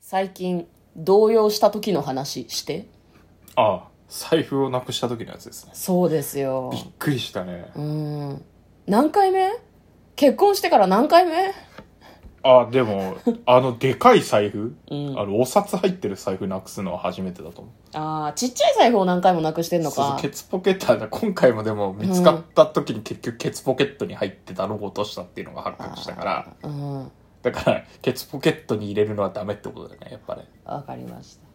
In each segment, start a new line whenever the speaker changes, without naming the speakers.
最近動揺した時の話して
ああ財布をなくした時のやつですね
そうですよ
びっくりしたね
うん何回目結婚してから何回目
あでもあのでかい財布、
うん
あのお札入ってる財布なくすのは初めてだと思う
ああちっちゃい財布を何回もなくしてんの
そうそう
か
ケツポケットだ今回もでも見つかった時に結局ケツポケットに入ってたのを落としたっていうのが発覚したから
あーうん
だからケツポケットに入れるのはダメってことだよねやっぱね
わかりました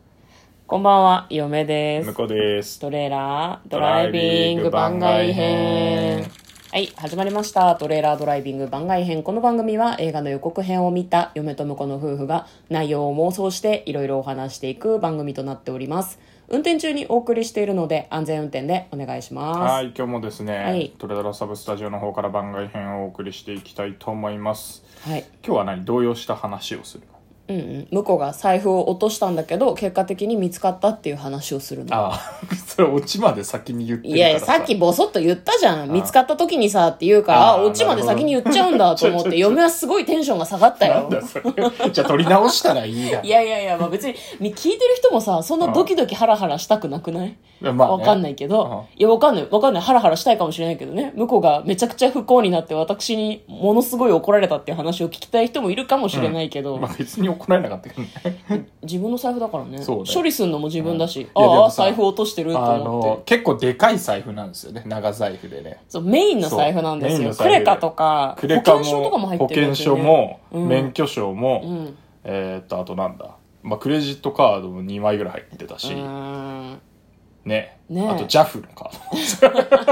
こんばんは嫁です
こうです
トレーラードライビング番外編はい始まりましたトレーラードライビング番外編この番組は映画の予告編を見た嫁と婿の夫婦が内容を妄想していろいろお話していく番組となっております運転中にお送りしているので安全運転でお願いします
はい今日もですね、
はい
トレドラサブスタジオの方から番外編をお送りしていきたいと思います
はい
今日は何動揺した話をするの
うんうん、向こうが財布を落としたんだけど結果的に見つかったっていう話をするの
ああ それオチまで先に言って
い
るから
やいやさっきボソッと言ったじゃん見つかった時にさって言うか
あ
ら
あ
オチまで先に言っちゃうんだと思っ
な
て
るほど
嫁はすごいテンションが下がった
なん
よ
だそれじゃあ取り直したらいいない
やいやいや、まあ、別にみ聞いてる人もさそんなドキドキハラハラしたくなくない
やまあね
わかんないけど
う
いやわかんないわかんないハラハラしたいかもしれないけどね向こうがめちゃくちゃ不幸になって私にものすごい怒られたっていう話を聞きたい人もいるかもしれないけど、
まあ、別に怒られなかったけど ね
自分の財布だからね
そうね
処理するのも自分だし、
うんいやで
ああ
もさ
財布落としてると
あ
思っ
の
て
結構でかい財布なんですよね長財布でね
そうメインの財布なんですよ
そ
ク
うメイ
レ
ンの財布で
カとか
クレカ
保険証とかも
も
入
保
ってる
険
やつよ
証
ね
も
うん
免許証
う
も
ん
えーっとあとなんだまあクレジットカードも2枚ぐらい入ってたし
うーん
ね
ね
あと JAF のカード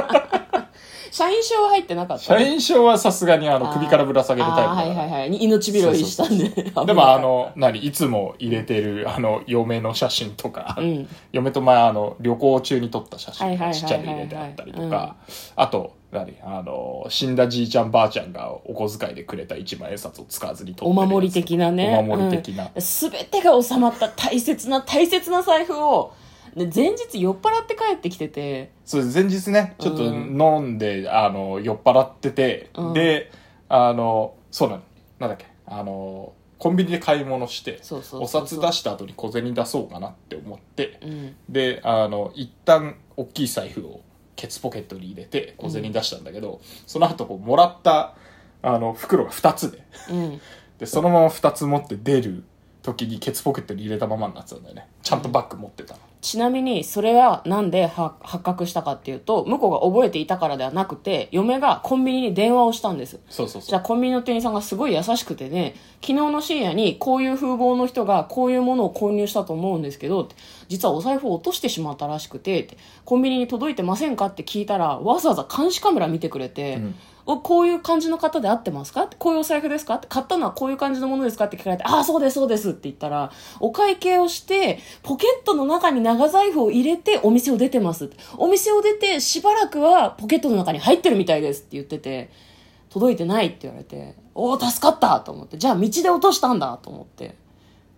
社員証は入ってなかった
社員証はさすがにあの
あー
首からぶら下げるタイプだ
あー
か
はいはい
ら
はいに命拾いしたんで危なかった
でもあの何いつも入れてるあの嫁の写真とか
うん
嫁と前あの旅行中に撮った写
はいはい
真
はいはい
ちっちゃいの入れてあったりとかあと何あの死んだじいちゃんばあちゃんがお小遣いでくれた一万円札を使わずに撮って
お
るやつ
守り的なね
お守り的な
うん全てが収まった大切な大切な財布をで前日酔っ払って帰ってきてて
そう前日ねちょっと
うん
飲んで、あの酔っ払ってて、
うん
であのそうなのなんだっけあのコンビニで買い物して
そうそう
お札出した後に小銭出そうかなって思って
うん
であの一旦大きい財布をケツポケットに入れて小銭出したんだけど、その後こうもらったあの袋が2つで
うん
でそのまま2つ持って出る時にケツポケットに入れたままになってたんだよねちゃんとバッグ持ってたの、
ちなみにそれはなんでは発覚したかっていうと向こうが覚えていたからではなくて嫁がコンビニに電話をしたんです
そうそうそう
じゃあコンビニの店員さんがすごい優しくてね昨日の深夜にこういう風貌の人がこういうものを購入したと思うんですけどって実はお財布を落としてしまったらしくてってコンビニに届いてませんかって聞いたらわざわざ監視カメラ見てくれて、
うん
おこういう感じの方で合ってますかってこういうお財布ですかって買ったのはこういう感じのものですかって聞かれてああそうですそうですって言ったらお会計をしてポケットの中に長財布を入れてお店を出てますってお店を出てしばらくはポケットの中に入ってるみたいですって言ってて届いてないって言われておお助かったと思ってじゃあ道で落としたんだと思って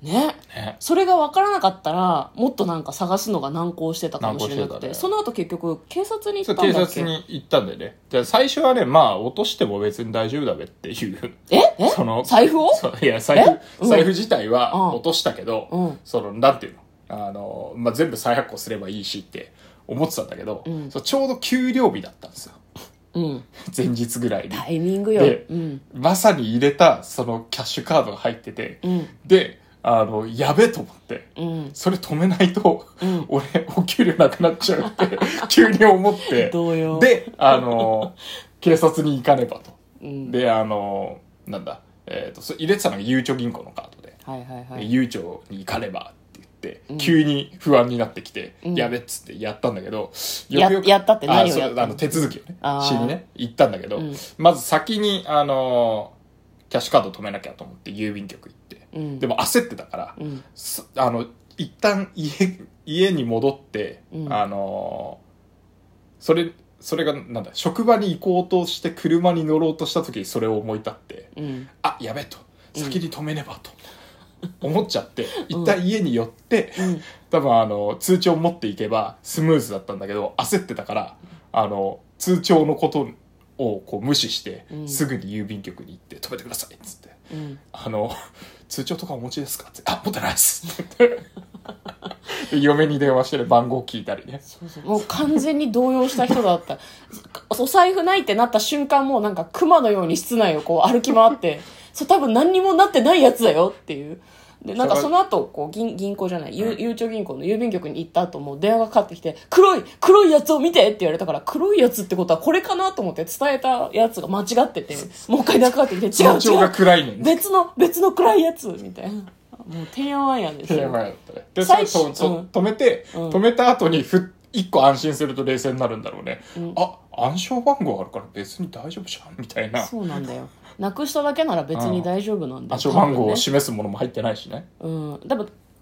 ね
ね
それが分からなかったらもっとなんか探すのが難航してたかもしれな
難航
く
して
て
たね
その後結局警察に行
そ
っ
う
たん
警
だっけ
察に行ったんだよねで最初はねまあ落としても別に大丈夫だべっていう
ええ
その
財布を
そういや財
うん
布財布自体
うん
は落としたけど、
うん
そのなんていうのあの、まあ、全部再発行すればいいしって思ってたんだけど、
うん
そうちょうど給料日だったんですよ
うん
前日ぐらいに
タイミングよ
で
うん
まさに入れたそのキャッシュカードが入ってて、
うん
であのやべえと思って
うん
それ止めないと、
うん
俺お給料なくなっちゃうって 急に思って
同様
であの警察に行かねばと、
うん
であのなんだ、えー、とそれ入れてたのがゆうちょ銀行のカードで
はいはいは
で
い
ゆうちょに行かねばって言って、
うん
急に不安になってきて、
うん
やべっつってやったんだけど
ややったって何を
あそう
やったの
あの手続きをね
あー
しにね行ったんだけど、
うん
まず先にあのキャッシュカード止めなきゃと思って郵便局行って、
うん
でも焦ってたから、
うん
すあの一旦家家に戻って、
うん
あのーそれそれがなんだ職場に行こうとして車に乗ろうとした時にそれを思い立って
うん
あやべえと
うん
先に止めねばと、思っちゃって一旦家に寄って、
うん
多分あの通帳持っていけばスムーズだったんだけど焦ってたからあの通帳のことをこう無視して、
うん
すぐに郵便局に行って止めてくださいっつって
うん
あの、通帳とかお持ちですかって、あ、持ってないっ すって言って。嫁に電話してね番号聞いたりね。
そうそうもう完全に動揺した人だった おお財布ないってなった瞬間もうなんか熊のように室内をこう歩き回ってそう多分何にもなってないやつだよっていうでなんかその後こう銀銀行じゃないゆ
うん
ゆうちょ銀行の郵便局に行った後もう電話がかかってきて黒い黒いやつを見てって言われたから黒いやつってことはこれかなと思って伝えたやつが間違っててもう一回電話かかってきて違う
通帳
違
が
う
暗いねんね。
別の別の暗いやつみたいなもうてんやわんやです
電
よ
話やったね。で、そ
最
れ
初
とそ
うん
止めて、
うん
止めた後にふ、一個安心すると冷静になるんだろうね。
うん
あ、暗証番号あるから別に大丈夫じゃんみたいな。
そうなんだよなくしただけなら別に大丈夫なんだよ
暗証番号
多分
を
ね
示すものも入ってないしね。
うん、だ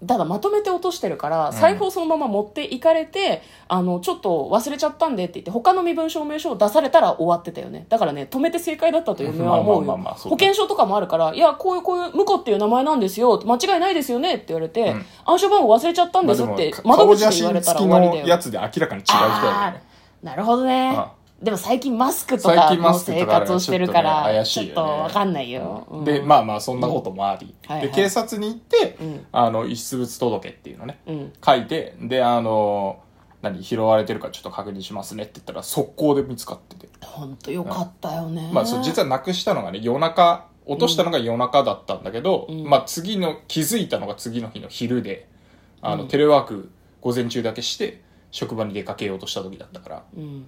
ただまとめて落としてるから
ん
財布をそのまま持っていかれて、あのちょっと忘れちゃったんでって言って他の身分証明書を出されたら終わってたよねだからね止めて正解だったと嫁は思うよ
まあまあまあまあそう
保
ね
険証とかもあるから「いやこういうこういう向こうっていう名前なんですよ間違いないですよね」って言われて、
うん
暗証番号忘れちゃったんで
まあ
す
で
っ
も
て、窓
顔
口
写
で言われ
真
たら
付き
終わり
の
だ
や
よ
つで明らかに違う人だよね。
なるほどね
ああ
でも最近マスクと
最
か
近マ
の
スク
生
とかある
活
から
をしてるから
ちょっとね怪
ち
し
ょ
い
っ
よね
とわかんないよ、うん
で、まあまあそんなこともあり。
うんはい
で、
はい
警察に行って、
うん
あの、遺失物届っていうのね。
うん
書いてであの何拾われてるかちょっと確認しますねって言ったら速攻で見つかってて、
本当よかったよね、
まあそう実はなくしたのがね夜中落としたのが夜中だったんだけど、
うん
まあ次の気づいたのが次の日の昼であの、
うん
テレワーク午前中だけして職場に出かけようとした時だったから
うん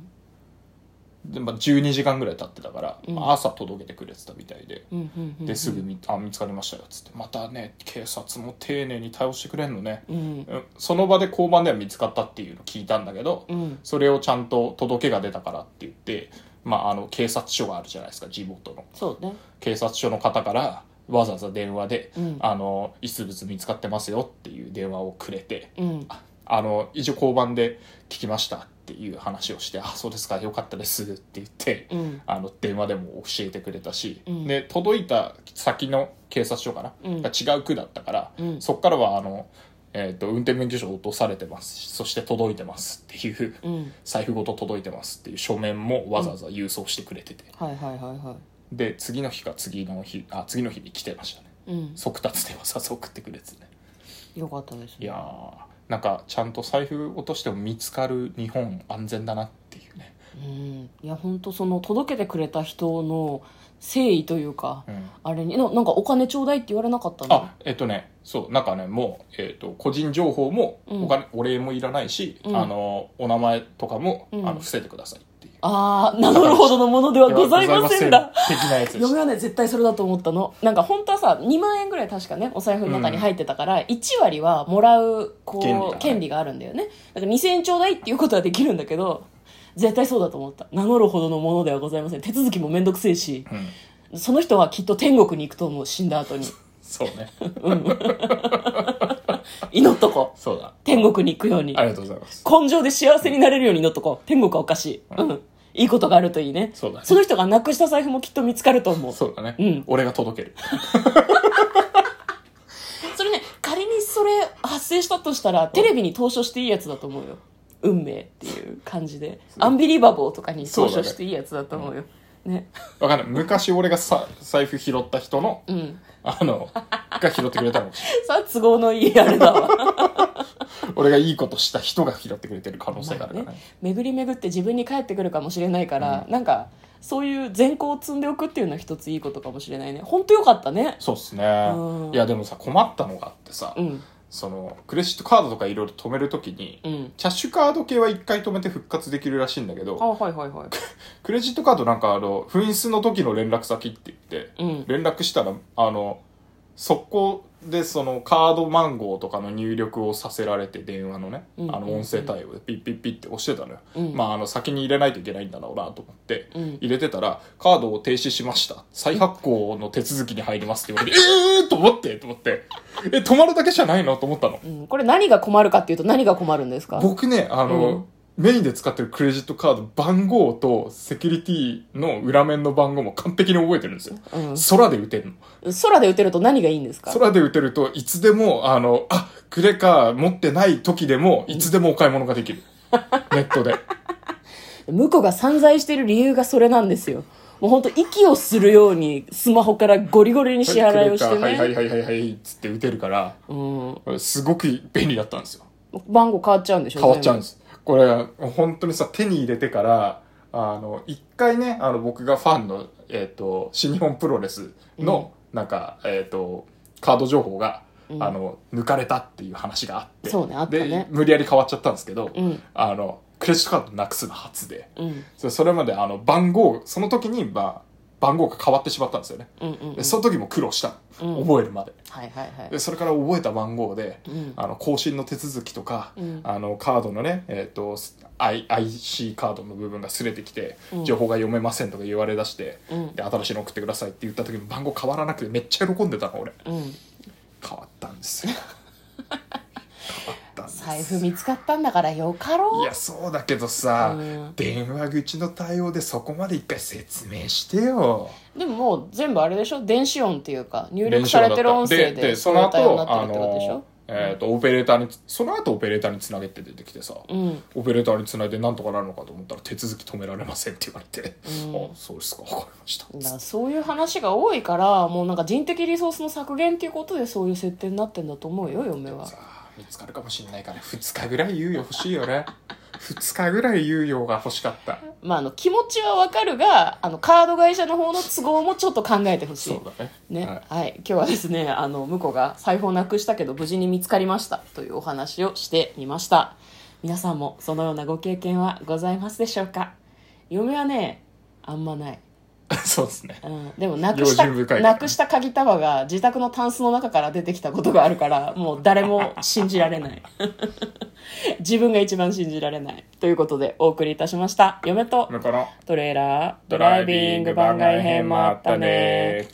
で、まあ、12時間ぐらい経ってたから、
うん
まあ朝届けてくれてたみたいで。
うんうんうん
ですぐ見あ見つかりましたよっつってまたね警察も丁寧に対応してくれんのね、
うん
うんその場で交番では見つかったっていうの聞いたんだけど、
うん
それをちゃんと届けが出たからって言って、まあ、あの警察署があるじゃないですか地元の
そうね
警察署の方からわざわざ電話で、
うん
あの遺失物見つかってますよっていう電話をくれて、
うん
ああの一応交番で聞きましたっていう話をして「あそうですかよかったです」って言って、
うん
あの電話でも教えてくれたし、
うん
で届いた先の警察署かな、
うん
が違う区だったから、
うん
そっからはあの、えー、と運転免許証落とされてますそして届いてますっていう、
うん
財布ごと届いてますっていう書面もわざわざ郵送してくれてて、
はいはいはいは
で次の日か次の日あ次の日に来てましたね
いうん
速達でわざわざ送ってくれてね
よかったですね
いやーなんかちゃんと財布落としても見つかる日本安全だなっていうね、
うんいや本当その届けてくれた人の誠意というか、
うん
あれにななんかお金ちょうだいって言われなかったの
あえっとねそうなんかねもう、えっと個人情報も
うん
お金、お礼もいらないし、
うん
あのお名前とかも、
うん
あの伏せてくださいっていう
ああ名乗るほどのものではございませんだ
的なやつでし
嫁
た
はね絶対それだと思ったのなんか本当はさ2万円ぐらい確かねお財布の中に入ってたから、1割はもらうこう
権
権利
利がね
があるんだよねだから2000円ちょうだいっていうことはできるんだけど絶対そうだと思った名乗るほどのものではございません手続きもめんどくせえし
うん
その人はきっと天国に行くと思う死んだ後に
そうね
祈っとこう
そうだ
天国に行くように
ありがとうございます
根性で幸せになれるように祈っとこう天国はおかしい、うん、いいことがあるといいね
そうだね
その人がなくした財布もきっと見つかると思う
そうだね、
うん
俺が届ける
それね仮にそれ発生したとしたらテレビに投書していいやつだと思うよ運命っていう感じでアンビリバボーとかに投書していいやつだと思うよね
わかんない昔俺がさ財布拾った人の
うん
あのが拾ってくれたの かもしれない
さあ都合のいいあれだわ
俺がいいことした人が拾ってくれてる可能性があるからね
ね巡り巡って自分に返ってくるかもしれないから、なんかそういう善行を積んでおくっていうのは一ついいことかもしれないね本当よかったね
そうっすね
うん
いやでもさ困ったのがあってさ、
うん
そのクレジットカードとかいろいろ止めるときに、
うん
キャッシュカード系は一回止めて復活できるらしいんだけ
あ
ど
はいはいはい
クレジットカードなんかあの紛失の時の連絡先って言って、
うん
連絡したらあの速攻でそのカードマンゴーとかの入力をさせられて電話のね、
うん
あの音声対応でピッピッピッって押してたのよ、
うん
まああの先に入れないといけないんだろうなと思って、
うん
入れてたらカードを停止しました再発行の手続きに入りますって言われてええー、と思ってと思ってえ止まるだけじゃないのと思ったの
うん、これ何が困るかっていうと何が困るんですか
僕ねあの、メインで使ってるクレジットカード番号とセキュリティの裏面の番号も完璧に覚えてるんですよ、
うん
空で打てるの
空で打てると何がいいんですか
空で打てるといつでもあのあ クレカ持ってない時でもいつでもお買い物ができる、ネットで
向こうが散財してる理由がそれなんですよ。もう本当息をするようにスマホからゴリゴリに支払いをしてね。
はいはいはいはいはいっつって打てるから、
うん。
すごく便利だったんですよ。
番号変わっちゃうんでしょ。
変わっちゃうんですす。これ、本当にさ、手に入れてから、あの、一回ね、あの、僕がファンの、えっ、と、新日本プロレスの、なんか、えっ、と、カード情報が、
うん
あの、抜かれたっていう話があって。
そうねあったね
で、無理やり変わっちゃったんですけど、
うん
あの、クレジットカードなくすの初で、
うん。
それそれまであの、番号、その時に、まあ、番号が変わってしまったんですよね。
うんうんうん。
でその時も苦労したの、
うん
覚えるまで。
はいはいはい
で。それから覚えた番号で、
うん
あの更新の手続きとか、
うん
あのカードのね、えー、と I- IC カードの部分がすれてきて、
うん
情報が読めませんとか言われだして、
うん
で新しいの送ってくださいって言った時に番号変わらなくてめっちゃ喜んでたの俺
うん。
変わったんです よ変わったんです
財布見つかったんだからよかろう。
いやそうだけどさ、
うん
電話口の対応でそこまで一回説明してよ
でももう全部あれでしょ電子音っていうか入力
練習
さ
だ
れ
った
てる音声で
でその
対応にな
後あ
ってるってことでし
の
ょ、
えー、とオペレーターにその後オペレーターにつなげって出てきてさ、
うん
オペレーターにつないでなんとかなるのかと思ったら手続き止められませんって言われて、
うん
あそうですか分かりました
だからそういう話が多いからもうなんか人的リソースの削減っていうことでそういう設定になってんだと思うよ嫁は
さあ見つかるかもしれないから2日ぐらい猶予欲しいよね2日ぐらい猶予が欲しかった
まああの気持ちはわかるがあのカード会社の方の都合もちょっと考えてほしい
そうだね
ね
はい
はい、今日はですねあの向こうが財布をなくしたけど無事に見つかりましたというお話をしてみました皆さんもそのようなご経験はございますでしょうか嫁はねあんまない、
そうですね
うん、でもなくした
用心深いから
なくした鍵束が自宅のタンスの中から出てきたことがあるからもう誰も信じられない 自分が一番信じられないということでお送りいたしました嫁と
だから
トレーラード
ドライビング番外編もあったね